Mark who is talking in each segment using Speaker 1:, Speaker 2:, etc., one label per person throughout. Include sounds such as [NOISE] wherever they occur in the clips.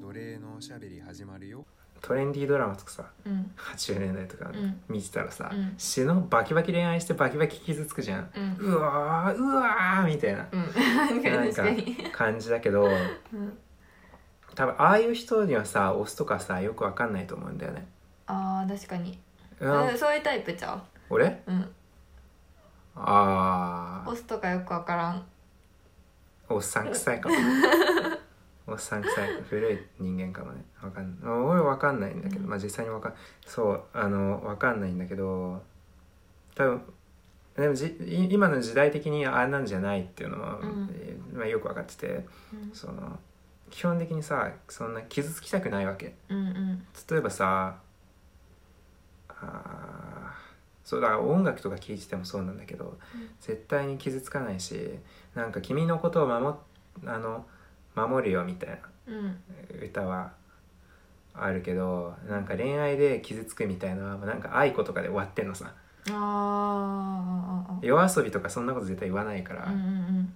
Speaker 1: 奴隷のおしゃべり始まるよ
Speaker 2: トレンディードラマとかさ
Speaker 3: うん
Speaker 2: 80年代とか
Speaker 3: うん
Speaker 2: 見てたらさ、
Speaker 3: うん
Speaker 2: 死のバキバキ恋愛してバキバキ傷つくじゃん、
Speaker 3: うん
Speaker 2: うわーうわーみたいな
Speaker 3: うん確か
Speaker 2: なん
Speaker 3: に確
Speaker 2: か
Speaker 3: かに
Speaker 2: 感じだけど
Speaker 3: うん
Speaker 2: 多分ああいう人にはさオスとかさよくわかんないと思うんだよね、
Speaker 3: あー確かに
Speaker 2: うん
Speaker 3: うんそういうタイプちゃ
Speaker 2: 俺
Speaker 3: ううん
Speaker 2: あ
Speaker 3: オスとかよくわからん
Speaker 2: あおっさん臭い
Speaker 3: [LAUGHS]
Speaker 2: かもおっさん臭い古い人間かもねわかんない俺わかんないんだけど、まあ実際にわかんそうあのわかんないんだけど多分でもじい今の時代的にあれなんじゃないっていうのは、
Speaker 3: うん
Speaker 2: えーまあ、よく分かってて
Speaker 3: うん
Speaker 2: その基本的にさそんな傷つきたくないわけ
Speaker 3: うんうん
Speaker 2: 例えばさあーそうだから音楽とか聴いててもそうなんだけど、絶対に傷つかないしなんか君のことを守っあの守るよみたいな
Speaker 3: うん
Speaker 2: 歌はあるけどなんか恋愛で傷つくみたいなのはなんか愛子とかで終わってんのさ
Speaker 3: あー
Speaker 2: 夜遊びとかそんなこと絶対言わないから、
Speaker 3: あーあーあーうんうんうん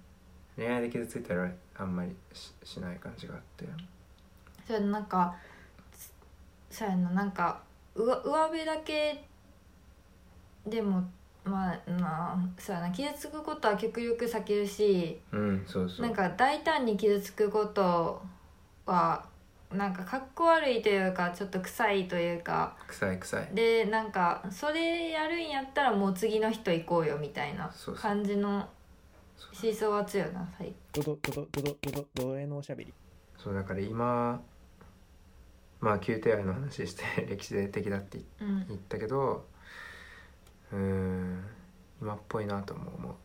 Speaker 2: 恋愛で傷ついたらあんまりししない感じがあって
Speaker 3: それなんかつそうやななんかうわ上辺だけでもまあなそうやな傷つくことは極力避けるし
Speaker 2: うんそうそう
Speaker 3: なんか大胆に傷つくことはなんかかっこ悪いというかちょっと臭いというか
Speaker 2: 臭い臭い
Speaker 3: でなんかそれやるんやったらもう次の人行こうよみたいな
Speaker 2: そうそう
Speaker 3: 感じの
Speaker 2: そう
Speaker 3: 思想は強いな最
Speaker 1: ドドドドドドド奴隷のおしゃべり
Speaker 2: そうだから今まあ宮廷愛の話して [LAUGHS] 歴史的だって
Speaker 3: 近うん
Speaker 2: 言ったけどうーん今っぽいなとも思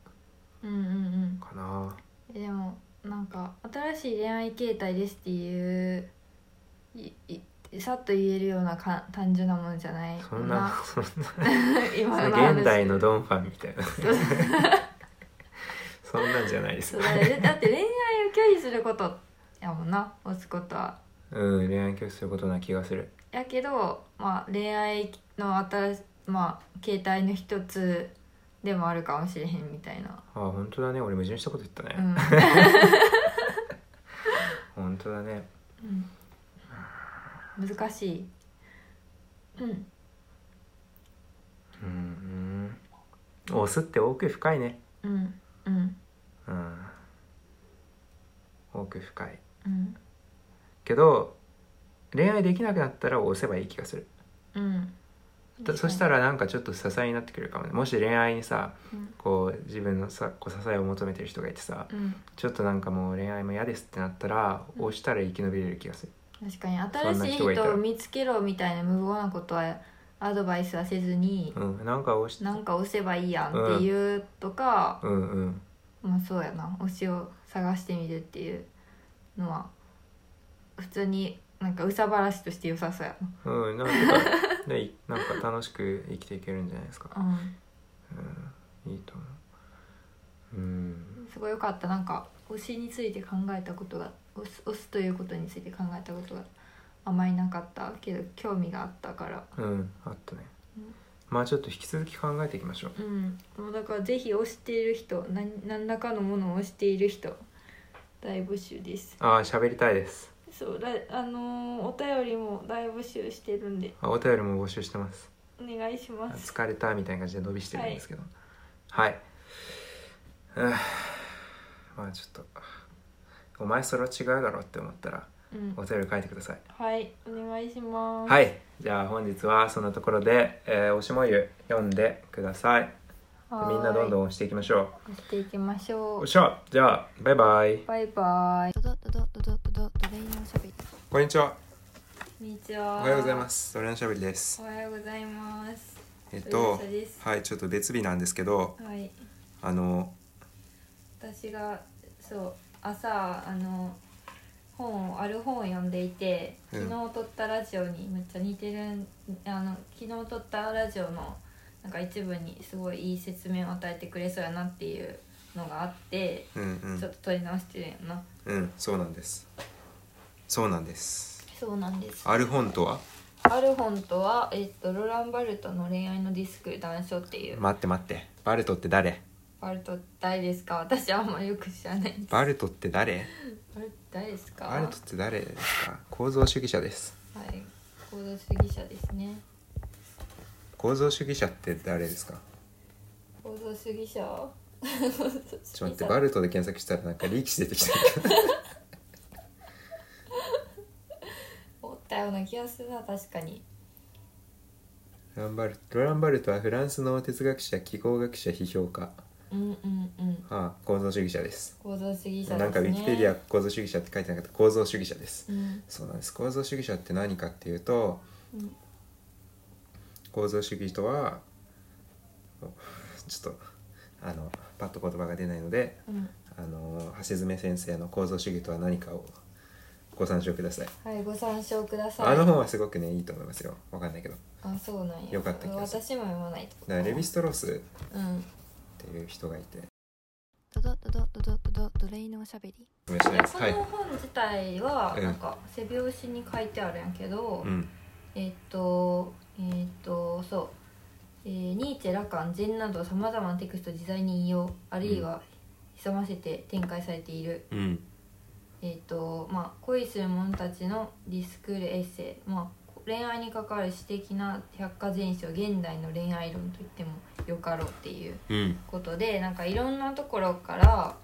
Speaker 2: う
Speaker 3: うんうんうん
Speaker 2: かな
Speaker 3: えでもなんか新しい恋愛形態ですっていういいさっと言えるようなか単純なものじゃない
Speaker 2: そんなそん [LAUGHS]
Speaker 3: な今
Speaker 2: な
Speaker 3: の話
Speaker 2: 現代のドンファンみたいな [LAUGHS] そんなんじゃないです
Speaker 3: そうだねだって恋愛を拒否することやもんな押すことは
Speaker 2: うん恋愛教室することな気がする
Speaker 3: やけど、まあ、恋愛の新し、まあ、形態の一つでもあるかもしれへんみたいな、
Speaker 2: ああ本当だね俺矛盾したこと言った
Speaker 3: う
Speaker 2: ね、
Speaker 3: ん
Speaker 2: 本当だね
Speaker 3: うん、難しいうん
Speaker 2: うんうんオスって奥深いね
Speaker 3: うんうん
Speaker 2: うん奥深い
Speaker 3: うん
Speaker 2: けど恋愛できなくなったら押せばいい気がする
Speaker 3: うん
Speaker 2: だそした
Speaker 3: ら、
Speaker 2: らなんかちょっと支えになってくるかもねもし恋愛にさ
Speaker 3: うん
Speaker 2: こう自分のさこう支えを求めてる人がいてさ
Speaker 3: うん、
Speaker 2: ちょっとなんかもう恋愛も嫌ですってなったら
Speaker 3: うん
Speaker 2: 押したら生き延びれる気がする
Speaker 3: 確かに
Speaker 2: んな
Speaker 3: 新しい
Speaker 2: 人がいたら
Speaker 3: 人を見つけろみたいな無謀なことはアドバイスはせずに、
Speaker 2: うんなんか押し
Speaker 3: なんか押せばいいやんっていうとか、
Speaker 2: うんうん
Speaker 3: まあそうやな推しを探してみるっていうのは普通になんか憂さ晴らしとして良さそうや
Speaker 2: うんなんか
Speaker 3: [LAUGHS]
Speaker 2: でなんか楽しく生きていけるんじゃないですか
Speaker 3: な、う
Speaker 2: いいと思ううん
Speaker 3: ん、すごいよかったなんか推しについて考えたことが推す推すということについて考えたことがあまりなかったけど興味があったから
Speaker 2: うんあったね
Speaker 3: うん
Speaker 2: まあちょっと引き続き考えていきましょう
Speaker 3: うん、もうだからぜひ推している人何何らかのものを推している人大募集です
Speaker 2: ああ喋りたいです
Speaker 3: そうだあのーお便りも大募集してるんで
Speaker 2: あお便りも募集してます
Speaker 3: お願いします
Speaker 2: 疲れたみたいな感じで伸びしてるんですけどはい、うんまあちょっとお前それは違うだろって思ったら
Speaker 3: うん
Speaker 2: お便り書いてください
Speaker 3: はいお願いします
Speaker 2: はいいじゃあ本日はそんなところで、えー、おしもゆ読んでくださいみんなどんどん押していきましょ
Speaker 3: 押していきまし
Speaker 2: う
Speaker 3: ょ
Speaker 2: おっ
Speaker 3: う
Speaker 2: しゃじゃあバイバイ
Speaker 3: バイバイ
Speaker 2: こんにちは
Speaker 3: こんにちは
Speaker 2: おはようございますトレンしゃべりです
Speaker 3: おはようございます
Speaker 2: えっと
Speaker 3: トレンシャです
Speaker 2: はいちょっと別日なんですけど
Speaker 3: はい
Speaker 2: あの
Speaker 3: 私がそう朝あの本をある本を読んでいて
Speaker 2: うん
Speaker 3: 昨日撮ったラジオにめっちゃ似てるんあの昨日撮ったラジオのなんか一部にすごいいい説明を与えてくれそうやなっていうのがあって、
Speaker 2: うんうん
Speaker 3: ちょっと撮り直してるんやな
Speaker 2: うんそうなんですそうなんです
Speaker 3: そうなんです
Speaker 2: ある本とは
Speaker 3: ある本とは、えっとロラン・バルトの「恋愛のディスク断書」っていう、
Speaker 2: 待って待ってバルトって誰
Speaker 3: バルト誰ですか私はあんまよく知らないんです
Speaker 2: バルトって誰
Speaker 3: バルト誰ですか
Speaker 2: バルトって誰ですか構造主義者です
Speaker 3: はい行動主義者ですね
Speaker 2: 構造主義者って誰ですか
Speaker 3: 行動主義者
Speaker 2: ちょっと待ってバルトで検索したらなんか力士出てきた
Speaker 3: おったような気がするな確かに
Speaker 2: ロランバルトロランバルトはフランスの哲学者気候学者批評家
Speaker 3: うんうんうん
Speaker 2: ああ構造主義者です
Speaker 3: 行動主義者ですね
Speaker 2: なんかウィキペディア構造主義者って書いてなかった構造主義者です
Speaker 3: うん
Speaker 2: そうなんです構造主義者って何かっていうと
Speaker 3: うん
Speaker 2: 構造主義とはちょっとあのパッと言葉が出ないので
Speaker 3: うん
Speaker 2: あの橋爪先生の構造主義とは何かをご参照ください、
Speaker 3: はいご参照くださ
Speaker 2: あ
Speaker 3: い
Speaker 2: の本はすごくねいいと思いますよわかんないけど
Speaker 3: あそうなんや
Speaker 2: よかった気がする
Speaker 3: 私も読まないと
Speaker 2: だからレヴィストロース
Speaker 3: うん
Speaker 2: っていう人がいて
Speaker 3: ドドドドドドドドレイのおしゃべり
Speaker 2: ごめんなさいは
Speaker 3: こ
Speaker 2: い
Speaker 3: の本自体は
Speaker 2: うん
Speaker 3: なんか背表紙に書いてあるんやけど、
Speaker 2: うん
Speaker 3: えっとえっとそう、えーニーチェラカン禅などさまざまなテクストを自在に引用あるいは潜ませて展開されている、
Speaker 2: うん
Speaker 3: えっとまあ、恋する者たちのディスクールエッセイ、まあ、恋愛に関わる詩的な百科全書現代の恋愛論といってもよかろうっていう
Speaker 2: うん
Speaker 3: ことでなんかいろんなところから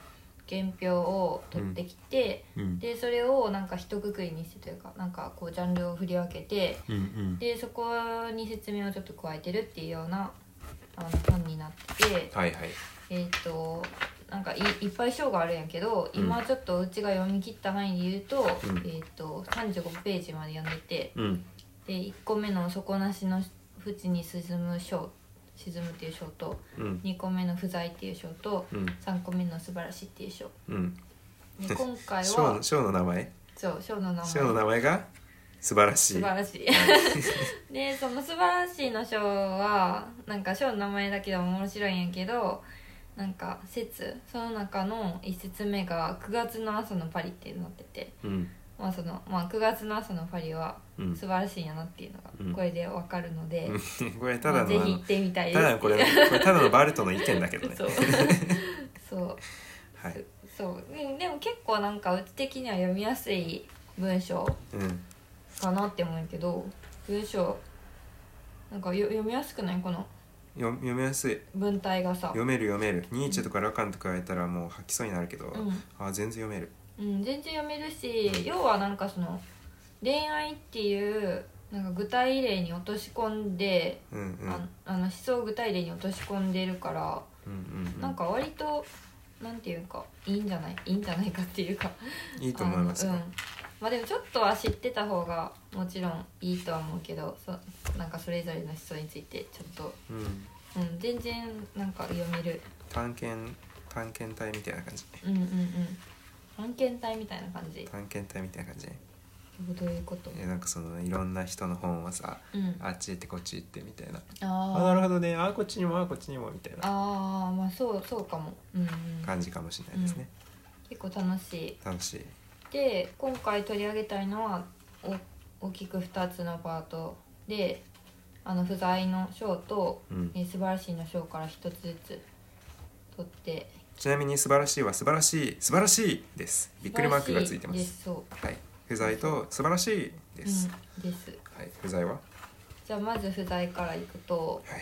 Speaker 3: 原票を取ってきて、
Speaker 2: うん
Speaker 3: でそれをなんか一括りにしてというかなんかこうジャンルを振り分けて
Speaker 2: うんうん
Speaker 3: でそこに説明をちょっと加えてるっていうようなあの本になってて
Speaker 2: はいはい
Speaker 3: えっ、となんかいいっぱい章があるんやけど
Speaker 2: うん
Speaker 3: 今ちょっとうちが読み切った範囲で言うと,、
Speaker 2: うん
Speaker 3: えっと35ページまで読んでて
Speaker 2: うん
Speaker 3: で1個目の「底なしの淵に沈む章」沈むっていう章と
Speaker 2: うん
Speaker 3: 2個目の「不在」っていう章と
Speaker 2: うん
Speaker 3: 3個目の「素晴らしい」っていう章
Speaker 2: うん
Speaker 3: で今回
Speaker 2: ショー
Speaker 3: は
Speaker 2: のショーの名前
Speaker 3: そう章の名
Speaker 2: ショーの
Speaker 3: 前
Speaker 2: 名前が素晴らしい
Speaker 3: 素晴らしいでその「素晴らしい」の章はなんか章の名前だけでも面白いんやけどなんか説その中の一節目が「9月の朝のパリ」ってなってて、
Speaker 2: うん
Speaker 3: まあそのまあ、9月の朝のパリは
Speaker 2: うん
Speaker 3: 素晴らしいんやなっていうの
Speaker 2: うん
Speaker 3: がこれでわかるので、
Speaker 2: [LAUGHS] これただ
Speaker 3: まあぜ
Speaker 2: のあ
Speaker 3: ひ行
Speaker 2: の
Speaker 3: ってみたいです
Speaker 2: ただのこれこれただのバルトの意見だけどね
Speaker 3: [LAUGHS] そうそう
Speaker 2: はい
Speaker 3: そううんでも結構なんかうち的には読みやすい文章
Speaker 2: うん
Speaker 3: かなって思うんやけど文章なんかよ読みやすくないこの
Speaker 2: よ読みやすい
Speaker 3: 文体がさ
Speaker 2: 読める読めるニーチェとかラカンとかやったらもう吐きそうになるけど、
Speaker 3: うん
Speaker 2: あ全然読める
Speaker 3: うん、全然読めるし要はなんかその恋愛っていうなんか具体例に落とし込んで、
Speaker 2: うんうん
Speaker 3: ああの思想を具体例に落とし込んでるから、
Speaker 2: うんうんうん
Speaker 3: なんか割となんていうかいいんじゃないいいんじゃないかっていうか
Speaker 2: いいと思います
Speaker 3: あ
Speaker 2: よ、
Speaker 3: のうんまあでもちょっとは知ってた方がもちろんいいとは思うけどそなんかそれぞれの思想についてちょっ
Speaker 2: うん、
Speaker 3: と、うん、全然なんか読める
Speaker 2: 探検探検隊みたいな感じ
Speaker 3: うんうんうん案件体みたいな感じ
Speaker 2: 探検隊みたいな感じ
Speaker 3: どういうこと
Speaker 2: えなんかそのいろんな人の本をさ
Speaker 3: うん
Speaker 2: あっち行ってこっち行ってみたいなあな
Speaker 3: あ
Speaker 2: る
Speaker 3: ー
Speaker 2: ほどねあこっちにもあこっちにもみたいな
Speaker 3: あーまあそうそうかも、うんうん、
Speaker 2: 感じかもしれないですね、
Speaker 3: 結構楽しい
Speaker 2: 楽しい
Speaker 3: で今回取り上げたいのはお大きく2つのパートであの不在の章と
Speaker 2: うん
Speaker 3: えー素晴らしいの章から一つずつ取って
Speaker 2: ちなみに素晴らしいは素晴らしい素晴らしいですびっくりマークがついてま
Speaker 3: ですすそう、
Speaker 2: はい不在と素晴らしいです、
Speaker 3: うん、です
Speaker 2: はい不在は
Speaker 3: じゃあまず不在からいくと,、
Speaker 2: はい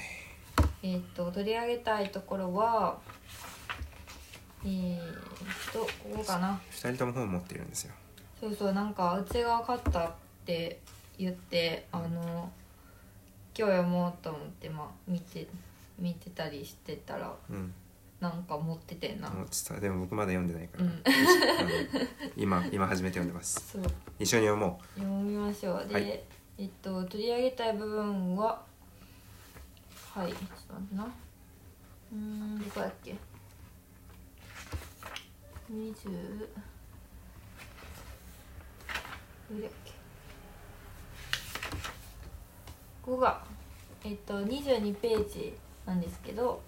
Speaker 3: えー、と取り上げたいところはえー、とここかな
Speaker 2: 二人とも本を持っているんですよ
Speaker 3: そうそうなんかうちが勝ったって言ってあの今日読もうと思ってまあ見て見てたりしてたら
Speaker 2: うん
Speaker 3: なんか持っててんな、
Speaker 2: 持ってたでも僕まだ読んでないから、
Speaker 3: うん
Speaker 2: あの今今初めて読んでます
Speaker 3: そう
Speaker 2: 一緒に読も
Speaker 3: 読みましょうで、
Speaker 2: はい
Speaker 3: えっと取り上げたい部分ははいちょっと待ってなうーんどこだっけ20どれだっけここがえっと22ページなんですけど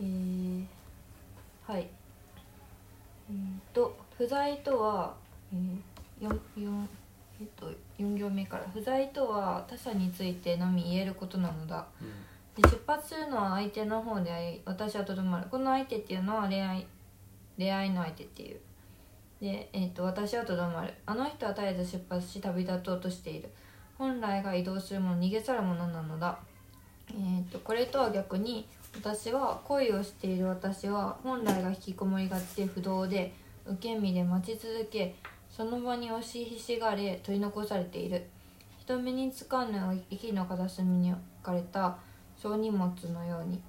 Speaker 3: えー、はいえーっと不在とは、えー 4, 4, えっと、4行目から「不在とは他者についてのみ言えることなのだ」
Speaker 2: う、
Speaker 3: で出発するのは相手の方であり私はとどまるこの相手っていうのは恋愛恋愛の相手っていうで、えー、と私はとどまるあの人は絶えず出発し旅立とうとしている本来が移動するもの逃げ去るものなのだ、えー、とこれとは逆に私は恋をしている私は本来が引きこもりがちで不動で受け身で待ち続けその場に押しひしがれ取り残されている人目につかぬ息の片隅に置かれた小荷物のように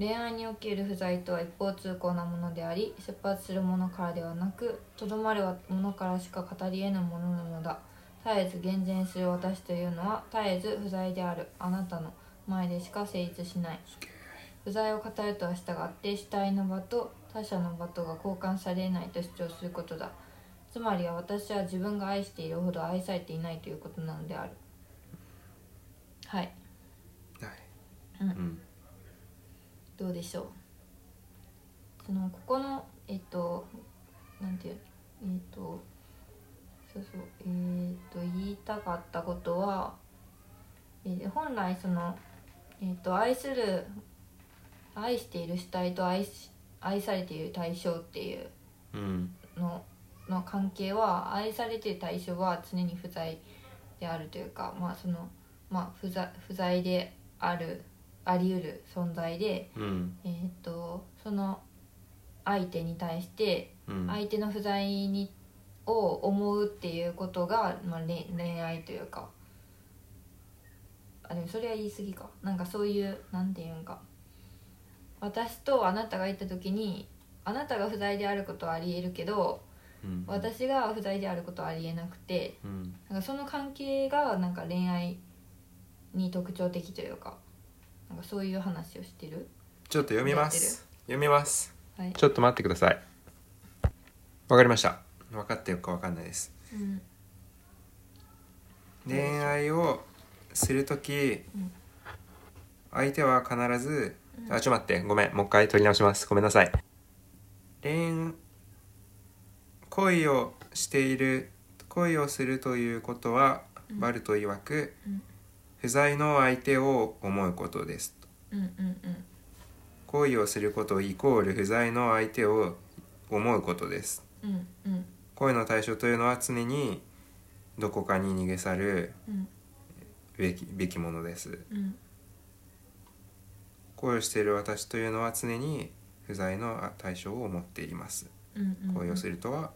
Speaker 3: 恋愛における不在とは一方通行なものであり出発するものからではなくとどまるものからしか語り得ぬものなのだ絶えず厳然する私というのは絶えず不在であるあなたの前でしか成立しない不在を語るとは従って主体の場と他者の場とが交換されないと主張することだつまりは私は自分が愛しているほど愛されていないということなのであるはい
Speaker 2: はい
Speaker 1: うん
Speaker 3: どうでしょうそのここのえっとなんていうえっとそうそうえっと言いたかったことは、えー本来そのえっと愛する愛している主体と愛し愛されている対象っていう
Speaker 1: うん
Speaker 3: のの関係は愛されてる対象は常に不在であるというかまあそのまあ不在不在であるあり得る存在で
Speaker 1: うん
Speaker 3: えーっ、とその相手に対して
Speaker 1: うん
Speaker 3: 相手の不在にを思うっていうことが、まあ、恋恋愛というかあでもそれは言い過ぎかなんかそういうなんていうんか私とあなたがいた時にあなたが不在であることはありえるけど
Speaker 1: うん
Speaker 3: 私が不在であることはありえなくて
Speaker 1: うん
Speaker 3: なんかその関係がなんか恋愛に特徴的というかなんかそういう話をしてる
Speaker 2: ちょっと読みます読みます
Speaker 3: はい
Speaker 2: ちょっと待ってくださいわかりました分かってるか分かんないです
Speaker 3: うん
Speaker 2: 恋愛をする時
Speaker 3: うん
Speaker 2: 相手は必ず
Speaker 3: うん
Speaker 2: あちょっと待ってごめんもう一回取り直しますごめんなさい恋恋をしている恋をするということは、
Speaker 3: うん
Speaker 2: バルト曰く、
Speaker 3: うん
Speaker 2: 不在の相手を思うことです
Speaker 3: うんうん
Speaker 2: 恋をすることイコール不在の相手を思うことです
Speaker 3: うんうんうん
Speaker 2: 恋の対象というのは常にどこかに逃げ去る
Speaker 3: うん
Speaker 2: べきべきものです
Speaker 3: うん
Speaker 2: 恋をしている私というのは常に不在の対象を思っています
Speaker 3: うんうん
Speaker 2: 恋をするとは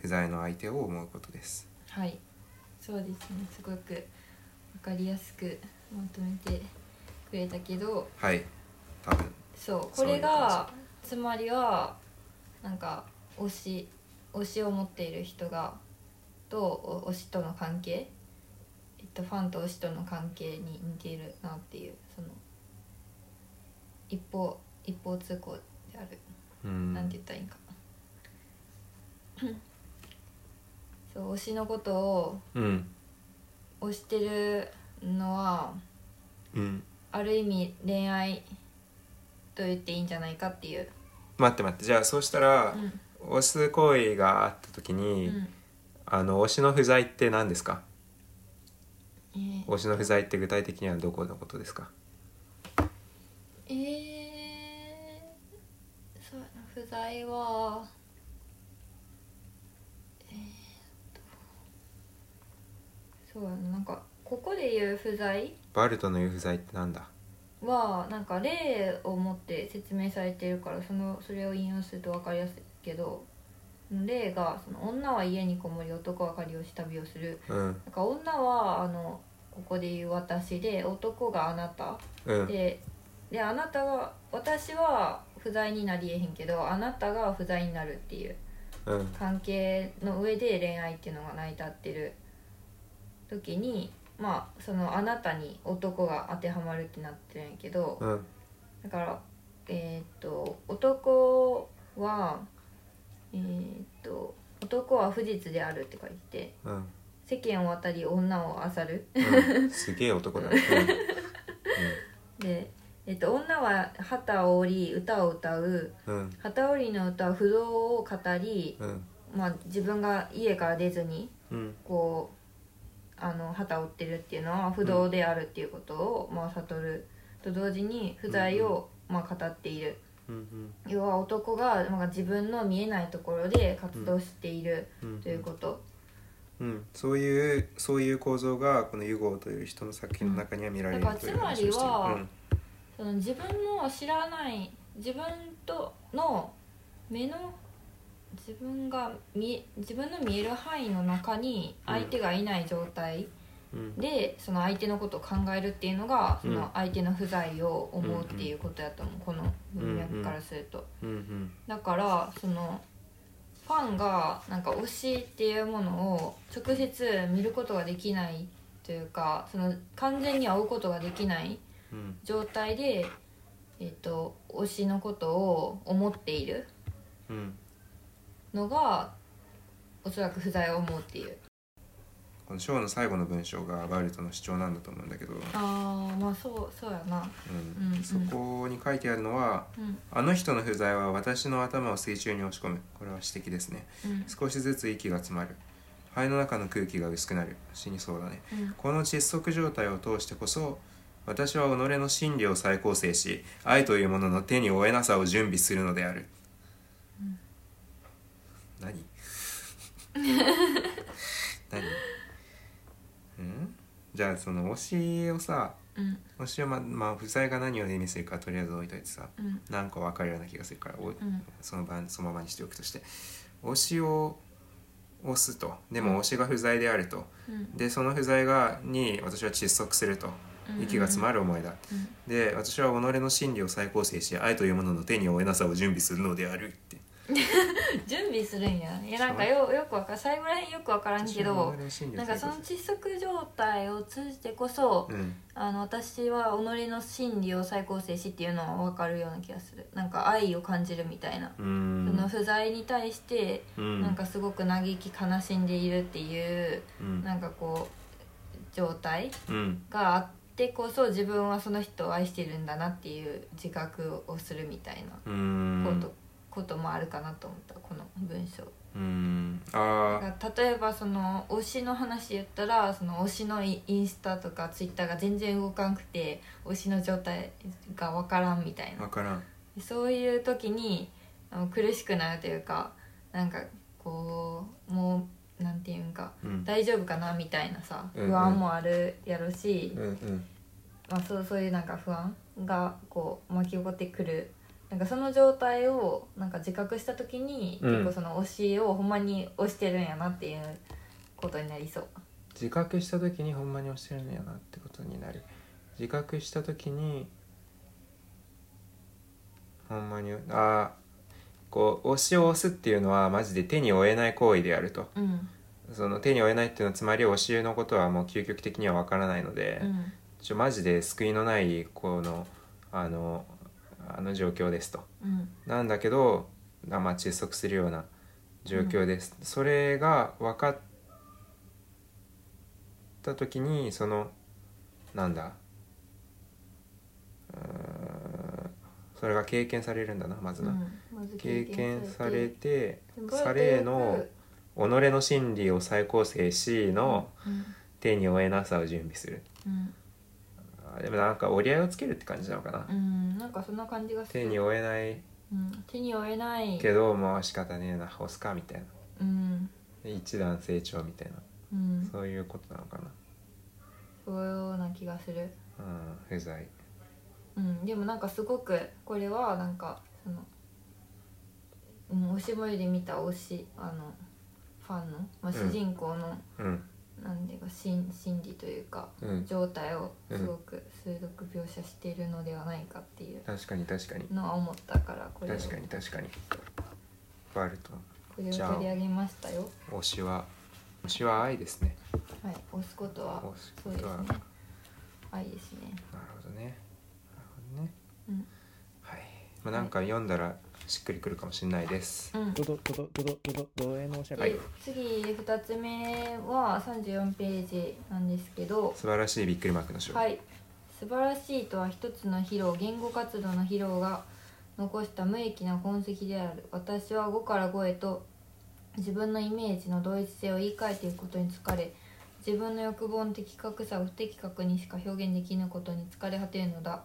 Speaker 2: 不在の相手を思うことです
Speaker 3: はいそうですねすごくわかりやすくまとめてくれたけど
Speaker 2: はい多分
Speaker 3: そうこ
Speaker 2: そうい
Speaker 3: れ
Speaker 2: う感
Speaker 3: がつまりはなんか推し推しを持っている人がとお推しとの関係、えっと、ファンと推しとの関係に似ているなっていうその一方一方通行である
Speaker 2: うん
Speaker 3: なんて言ったらいいんか [COUGHS] そう推しのことを
Speaker 2: うん
Speaker 3: 推してるのは
Speaker 2: うん
Speaker 3: ある意味恋愛と言っていいんじゃないかっていう、
Speaker 2: 待って待ってじゃあそうしたら
Speaker 3: う、ん
Speaker 2: 推す行為があった時
Speaker 3: う
Speaker 2: に、
Speaker 3: ん
Speaker 2: あの推しの不在って何ですか
Speaker 3: えー
Speaker 2: 推しの不在って具体的にはどこのことですか
Speaker 3: えー、そうやな不在はえー、っとそうやななんかここで言う不在
Speaker 2: バルトの言う不在ってなんだ
Speaker 3: はなんか例を持って説明されてるからそのそれを引用すると分かりやすいけど例がその「女は家にこもり男は借りをし旅をする
Speaker 2: うん」
Speaker 3: なんか女はあのここで言う私で男があなた
Speaker 2: うん
Speaker 3: でであなたが私は不在になりえへんけどあなたが不在になるっていう
Speaker 2: うん
Speaker 3: 関係の上で恋愛っていうのが成り立ってる時にまあそのあなたに男が当てはまるってなってるんやけど
Speaker 2: うん
Speaker 3: だからえーっと男はえーっと男は不実であるって書いて
Speaker 2: うん
Speaker 3: て世間を渡り女を漁る [LAUGHS]
Speaker 2: うんすげえ男だね
Speaker 3: で、えーっと女は旗を織り歌を歌う
Speaker 2: うんうん
Speaker 3: 旗織りの歌は不動を語り、
Speaker 2: うん
Speaker 3: まあ、自分が家から出ずに
Speaker 2: うん
Speaker 3: こうあの旗を折ってるっていうのは不動であるっていうことを、まあ、悟ると同時に不在を、まあ、語っている
Speaker 1: うん
Speaker 3: 要は男が、まあ、自分の見えないところで活動している
Speaker 1: うんうん
Speaker 3: ということ、
Speaker 1: うん
Speaker 2: そういうそういう構造がこのユゴーという人の作品の中には見られる
Speaker 3: うん
Speaker 2: という話をして
Speaker 3: だからつまりは
Speaker 2: る
Speaker 3: その自分の知らない自分との目の自分が見え自分の見える範囲の中に相手がいない状態
Speaker 1: うん
Speaker 3: で、その相手のことを考えるっていうのがそ
Speaker 1: うん
Speaker 3: の相手の不在を思うっていうことやと思うこの文脈からすると。
Speaker 1: うんうん
Speaker 3: だからそのファンがなんか推しっていうものを直接見ることができないというかその完全に会うことができない
Speaker 1: うん
Speaker 3: 状態で、えっと推しのことを思っている
Speaker 1: うん
Speaker 3: のがおそらく不在を思うっていう
Speaker 2: このショーの最後の文章がバウルトの主張なんだと思うんだけど、うん
Speaker 3: ああまあそうそうやなうんうん
Speaker 2: そこに書いてあるのは
Speaker 3: うん
Speaker 2: 「あの人の不在は私の頭を水中に押し込む」これは指摘ですね
Speaker 3: うん
Speaker 2: 少しずつ息が詰まる肺の中の空気が薄くなる死にそうだね
Speaker 3: うん
Speaker 2: この窒息状態を通してこそ私は己の真理を再構成し愛というものの手に負えなさを準備するのである、何何うんじゃあその推しをさ
Speaker 3: うん
Speaker 2: 推しをままあ不在が何を意味するかとりあえず置いといてさ
Speaker 3: うん
Speaker 2: なんか分かるような気がするから、お
Speaker 3: ん
Speaker 2: その場そのままにしておくとして推しを推すとでも推しが不在であると、
Speaker 3: うん
Speaker 2: でその不在がに私は窒息すると
Speaker 3: うん
Speaker 2: 息が詰まる思いだ、
Speaker 3: うん
Speaker 2: で私は己の真理を再構成し愛というものの手に負えなさを準備するのであるって
Speaker 3: 準備するんやいやなんかよよくわか最後らへんよくわからんけど
Speaker 2: 私は己の真理
Speaker 3: な
Speaker 2: を
Speaker 3: んか
Speaker 2: 再構
Speaker 3: その
Speaker 2: 成し
Speaker 3: 窒息状態を通じてこそ、
Speaker 2: うん
Speaker 3: あの私は己の真理を再構成しっていうのは分かるような気がするなんか愛を感じるみたいな、
Speaker 2: う
Speaker 3: その
Speaker 2: ん
Speaker 3: 不在に対して
Speaker 2: うん
Speaker 3: なんかすごく嘆き悲しんでいるっていう
Speaker 2: うん
Speaker 3: なんかこう状態
Speaker 2: うん
Speaker 3: があってこそ自分はその人を愛してるんだなっていう自覚をするみたい
Speaker 2: う
Speaker 3: な
Speaker 2: ん
Speaker 3: こと,、こともあるかなと思ったこの文章。
Speaker 2: うんあー
Speaker 3: が例えばその推しの話言ったらその推しのイインスタとかツイッターが全然動かんくて推しの状態が分からんみたいな
Speaker 2: 分からん
Speaker 3: そういう時にあの苦しくなるというかなんかこうもうなんていうんか
Speaker 2: うん
Speaker 3: 大丈夫かなみたいなさ
Speaker 2: うんうん
Speaker 3: 不安もあるやろし、
Speaker 2: うんうん
Speaker 3: まあ、そうそういうなんか不安がこう巻き起こってくるなんかその状態をなんか自覚した時に、
Speaker 2: うん
Speaker 3: 結構その推しをほんまに推してるんやなっていうことになりそう。
Speaker 2: 自覚した時にほんまに押してるのやなってことになる自覚した時にほんまにあーこう押しを押すっていうのはマジで手に負えない行為であると
Speaker 3: うん
Speaker 2: その手に負えないっていうのはつまり押しのことはもう究極的には分からないので、
Speaker 3: うん
Speaker 2: ちょマジで救いのないこのあのあの状況ですと
Speaker 3: うん
Speaker 2: なんだけどあまあ窒息するような状況です、それが分かった時にそのなんだうーんそれが経験されるんだなまず
Speaker 3: う
Speaker 2: な、
Speaker 3: んまず
Speaker 2: 経験されて
Speaker 3: 経験
Speaker 2: されの己の真理を再構成しの
Speaker 3: うん
Speaker 2: 手に負えなさを準備する
Speaker 3: うん、
Speaker 2: あでもなんか折り合いをつけるって感じなのかな、
Speaker 3: うん、なんかそんな感じがす
Speaker 2: 手に
Speaker 3: る、
Speaker 2: 負えない
Speaker 3: うん、手に負えない
Speaker 2: けどまあ仕方ねえな押すかみたいな
Speaker 3: うん
Speaker 2: 一段成長みたいな
Speaker 3: うん
Speaker 2: そういうことなのかな。
Speaker 3: そういうような気がする
Speaker 2: うん、不在。
Speaker 3: うん、でもなんかすごくこれはなんかその、うん、おしぼりで見た推しあのファンの、まあ、
Speaker 2: うん
Speaker 3: 主人公の、
Speaker 2: うん、
Speaker 3: なんていうか心心理というか
Speaker 2: うん、
Speaker 3: 状態をすごく鋭く描写しているのではないかっていう
Speaker 2: 確かに確かに
Speaker 3: のは思ったからこれを
Speaker 2: 確かに確かに。バルトン、
Speaker 3: これを取り上げましたよ。
Speaker 2: 推しは推しは愛ですね。
Speaker 3: はい、押すことは
Speaker 2: 推す
Speaker 3: そう
Speaker 2: こ
Speaker 3: です
Speaker 2: と
Speaker 3: ね
Speaker 2: は、
Speaker 3: 愛ですね。
Speaker 2: なるほどね。なるほどね。
Speaker 3: うん、
Speaker 2: はい。まあなんか読んだらしっくりくるかもしれないです。
Speaker 3: うん
Speaker 1: どどどどどどどどえのおしゃべ
Speaker 3: で
Speaker 1: り。
Speaker 3: 次2つ目は34ページなんですけど、
Speaker 2: 素晴らしいびっくりマークの章。
Speaker 3: はい素晴らしいとは一つの疲労言語活動の疲労が残した無益な痕跡である私は5から5へと自分のイメージの同一性を言い換えていくことに疲れ自分の欲望の的確さを不的確にしか表現できぬことに疲れ果てるのだ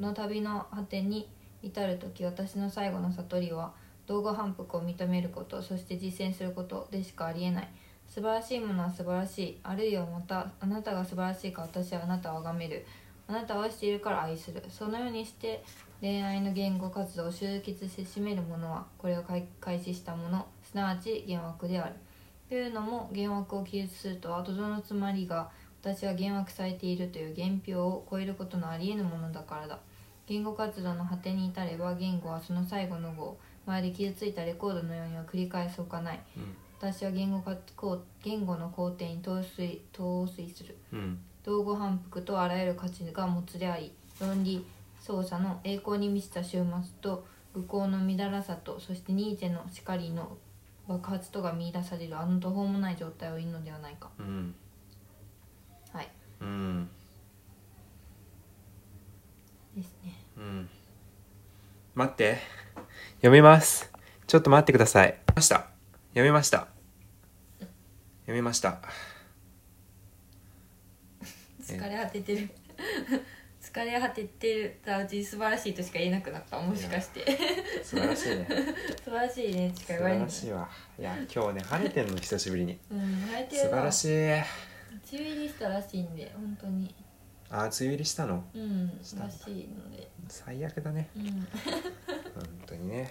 Speaker 3: の旅の果てに至る時私の最後の悟りは道後反復を認めることそして実践することでしかありえない素晴らしいものは素晴らしいあるいはまたあなたが素晴らしいか私はあなたを崇めるあなたを愛しているから愛するそのようにして恋愛の言語活動を集結して占めるものはこれを開開始したものすなわち幻惑であるというのも幻惑を記述するとはとどのつまりが私は幻惑されているという原表を超えることのありえぬものだからだ言語活動の果てに至れば言語はその最後の語をまるで傷ついたレコードのようには繰り返すほかない私は言語かこう言語の工程に陶酔陶酔する
Speaker 1: うん
Speaker 3: 道後反復とあらゆる価値がもつれ合い論理操作の栄光に満ちた終末と愚行の乱らさとそしてニーチェの叱りの爆発とが見出されるあの途方もない状態を言うのではないか
Speaker 1: うん
Speaker 3: はい
Speaker 1: うん
Speaker 3: ですね
Speaker 1: うん
Speaker 2: 待って読みますちょっと待ってくださいました読みました読みました
Speaker 3: 疲れ果ててる疲れ果ててるたうち素晴らしいとしか言えなくなったもしかして
Speaker 2: 素晴らしいね
Speaker 3: 素晴らしいねし
Speaker 2: 素晴
Speaker 3: か言われな
Speaker 2: ら
Speaker 3: い
Speaker 2: しいわいや今日ね晴れてんの久しぶりに
Speaker 3: うん晴れて
Speaker 2: 素晴
Speaker 3: るな
Speaker 2: ら
Speaker 3: 梅
Speaker 2: しい
Speaker 3: 雨入りしたらしいんで本当に
Speaker 2: あー梅雨入りしたの
Speaker 3: うん
Speaker 2: した
Speaker 3: らしいので
Speaker 2: 最悪だね
Speaker 3: うん
Speaker 2: 本当にね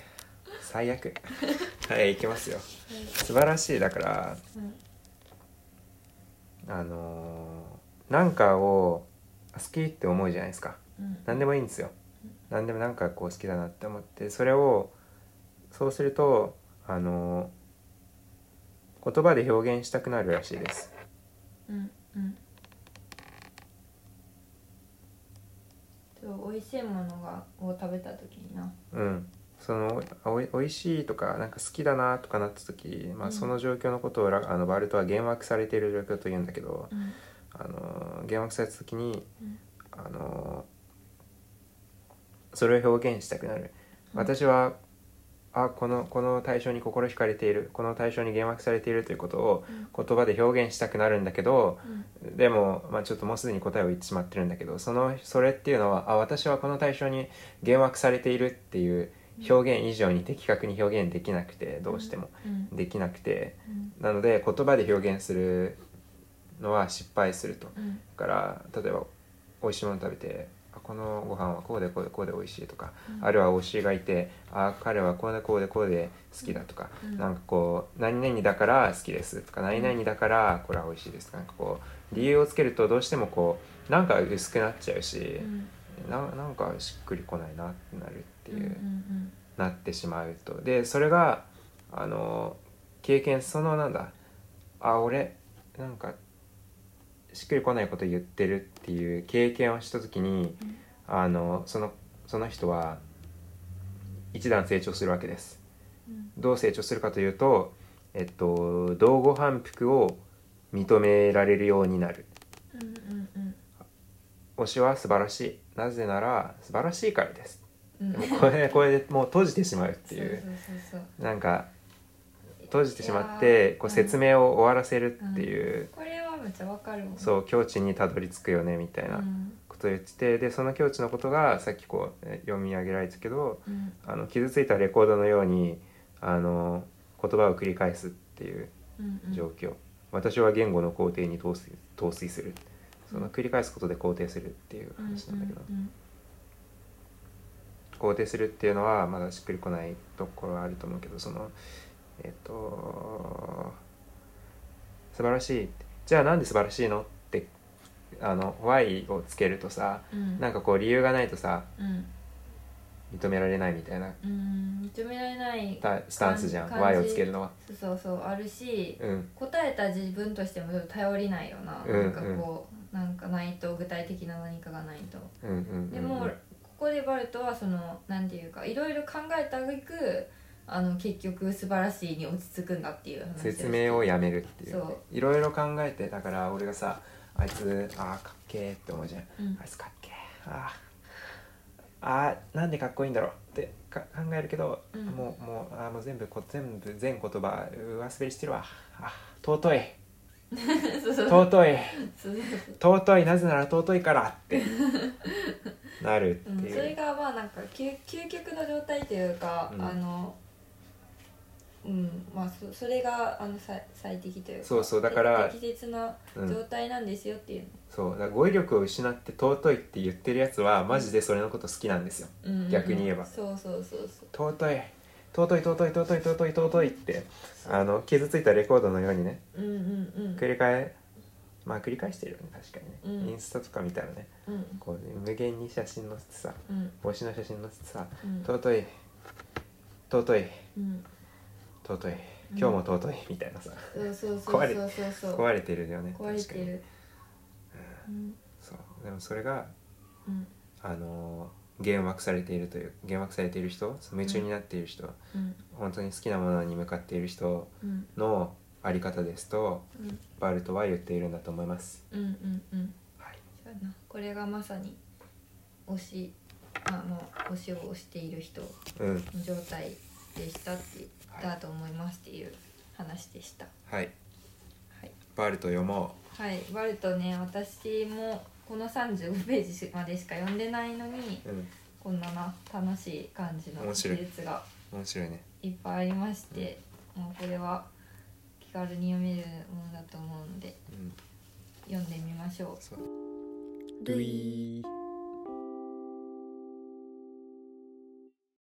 Speaker 2: 最悪はい行きますよ素晴らしいだから
Speaker 3: うん
Speaker 2: あのーなんかを好きって思うじゃないですか
Speaker 3: うん
Speaker 2: 何でもいいんですよ何でもなんかこう好きだなって思ってそれをそうするとあのー言葉で表現したくなるらしいです
Speaker 3: うんうんそう美味しいものがを食べた時にな
Speaker 2: うんそのおいおいしいとかなんか好きだなとかなった時、ま
Speaker 3: う
Speaker 2: あ、
Speaker 3: ん
Speaker 2: その状況のことをラあのバルトは幻惑されている状況と言うんだけど
Speaker 3: うん
Speaker 2: あのー幻惑された時に
Speaker 3: うん
Speaker 2: あのーそれを表現したくなる
Speaker 3: うん
Speaker 2: 私はあこのこの対象に心惹かれているこの対象に幻惑されているということを言葉で表現したくなるんだけど
Speaker 3: うん
Speaker 2: でも、まあ、ちょっともうすでに答えを言ってしまってるんだけどそのそれっていうのはあ私はこの対象に幻惑されているっていう表現以上に的確に表現できなくてどうしても
Speaker 3: うん
Speaker 2: できなくて
Speaker 3: うん
Speaker 2: なので言葉で表現するのは失敗すると。
Speaker 3: うん
Speaker 2: だから例えば美味しいもの食べてあこのご飯はこうでこうでこうで美味しいとか、
Speaker 3: うん
Speaker 2: あるいは推しがいてあ彼はこうでこうでこうで好きだとか、
Speaker 3: うん
Speaker 2: なんかこう何々だから好きですとか何々だからこれは美味しいですとかなんかこう理由をつけるとどうしてもこうなんか薄くなっちゃうし
Speaker 3: う、ん
Speaker 2: ななんかしっくりこないなってなるっていう、
Speaker 3: うんうん
Speaker 2: なってしまうとでそれがあの経験そのなんだあ俺なんかしっくりこないこと言ってるっていう経験をした時に
Speaker 3: うん
Speaker 2: あのそのその人は一段成長するわけです。
Speaker 3: うん
Speaker 2: どう成長するかというと、えっと、道後反復を認められるようになる
Speaker 3: うんうんうん
Speaker 2: 推しは素晴らしいなぜなら素晴らしいからです
Speaker 3: うん
Speaker 2: でもこれこれでもう閉じてしまうっていう
Speaker 3: そうそうそうそう
Speaker 2: なんか閉じてしまっ
Speaker 3: いや
Speaker 2: て
Speaker 3: ー
Speaker 2: こう説明を終わらせるっていう、
Speaker 3: これはめっちゃわかるもん
Speaker 2: そう境地にたどり着くよねみた
Speaker 3: う
Speaker 2: いなんことを言っててでその境地のことがさっきこうえ読み上げられたけど
Speaker 3: うん
Speaker 2: あの傷ついたレコードのようにあの言葉を繰り返すっていう
Speaker 3: うんうん
Speaker 2: 状況、私は言語の肯定に陶酔陶酔するその繰り返すことで肯定するっていう
Speaker 3: うん
Speaker 2: 話なんだけど、
Speaker 3: うん
Speaker 2: 肯定するっていうのはまだしっくりこないところはあると思うけどそのえっと素晴らしいじゃあなんで素晴らしいのってあの Y をつけるとさ
Speaker 3: うん
Speaker 2: なんかこう理由がないとさ
Speaker 3: うん
Speaker 2: 認められないみたいな
Speaker 3: うん認められない
Speaker 2: たスタンスじゃん
Speaker 3: 感じ
Speaker 2: Y をつけるのは。
Speaker 3: そうそうそうあるし
Speaker 2: うん
Speaker 3: 答えた自分としてもちょっと頼りないよな、
Speaker 2: うん
Speaker 3: なんかこうなんかないと具体的な何かがないと
Speaker 2: うんうんうんうん
Speaker 3: でも、ここでバルトはそのなんていうかいろいろ考えたあげくあの結局素晴らしいに落ち着くんだっていう話をして
Speaker 2: 説明をやめるっていう
Speaker 3: そう
Speaker 2: いろいろ考えてだから俺がさあいつあーかっけーって思うじゃん
Speaker 3: うん
Speaker 2: あいつかっけえあーあーなんでかっこいいんだろうってか考えるけど、
Speaker 3: うん
Speaker 2: もうもうあーもう全部こ全部全言葉上滑りしてるわあー尊い
Speaker 3: [LAUGHS] そうそう
Speaker 2: 尊い
Speaker 3: そう
Speaker 2: 尊いなぜなら尊いから
Speaker 3: [LAUGHS]
Speaker 2: ってなるって
Speaker 3: うん
Speaker 2: い
Speaker 3: それ
Speaker 2: う、
Speaker 3: がまあなんか究究極の状態というか、
Speaker 2: うん
Speaker 3: あのうんまあそそれがあの最最適というか
Speaker 2: そうそうだから
Speaker 3: 適適切な
Speaker 2: うん
Speaker 3: 状態なんですよっていう、
Speaker 2: そうだから語彙力を失って尊いって言ってるやつはマジでそれのこと好きなんですよ
Speaker 3: うんうんうん
Speaker 2: 逆に言えば
Speaker 3: そうそうそうそう
Speaker 2: 尊い尊い尊い尊い尊い尊いってあの傷ついたレコードのようにね
Speaker 3: うんうんうん
Speaker 2: 繰り返まあ繰り返してるよね確かにね、
Speaker 3: うん
Speaker 2: インスタとか見たらね
Speaker 3: うん
Speaker 2: こうね無限に写真載せてさ
Speaker 3: うん
Speaker 2: 帽子の写真載せてさ
Speaker 3: うん
Speaker 2: 尊い尊い
Speaker 3: うん
Speaker 2: 尊い今日も尊いみたいなさ
Speaker 3: そうそうそう
Speaker 2: 壊れ
Speaker 3: そうそうそう
Speaker 2: 壊れてるよね
Speaker 3: 壊れて
Speaker 2: 確かに
Speaker 3: るうん
Speaker 2: そうでもそれが
Speaker 3: うん
Speaker 2: あのー幻惑されているという幻惑されている人その夢中になっている人、
Speaker 3: うん
Speaker 2: 本当に好きなものに向かっている人
Speaker 3: うん
Speaker 2: のあり方ですと
Speaker 3: うん
Speaker 2: バルトは言っているんだと思います。
Speaker 3: うんうんうん
Speaker 2: はい、
Speaker 3: そうやなこれがまさに推しあもう推しを推している人の
Speaker 2: うん、
Speaker 3: 状態でしたってだと思いますっていう話でした
Speaker 2: はい、
Speaker 3: はい、
Speaker 2: バルト読も
Speaker 3: はい、割とね私もこの35ページまでしか読んでないのに
Speaker 2: う。うん、
Speaker 3: こんなな楽しい感じの
Speaker 2: 面
Speaker 3: 記
Speaker 2: 白い
Speaker 3: 述が
Speaker 2: 面白いね。
Speaker 3: いっぱいありまして、もうこれは気軽に読めるものだと思うので
Speaker 2: うん、
Speaker 3: 読んでみましょう。
Speaker 2: そう。ドゥイー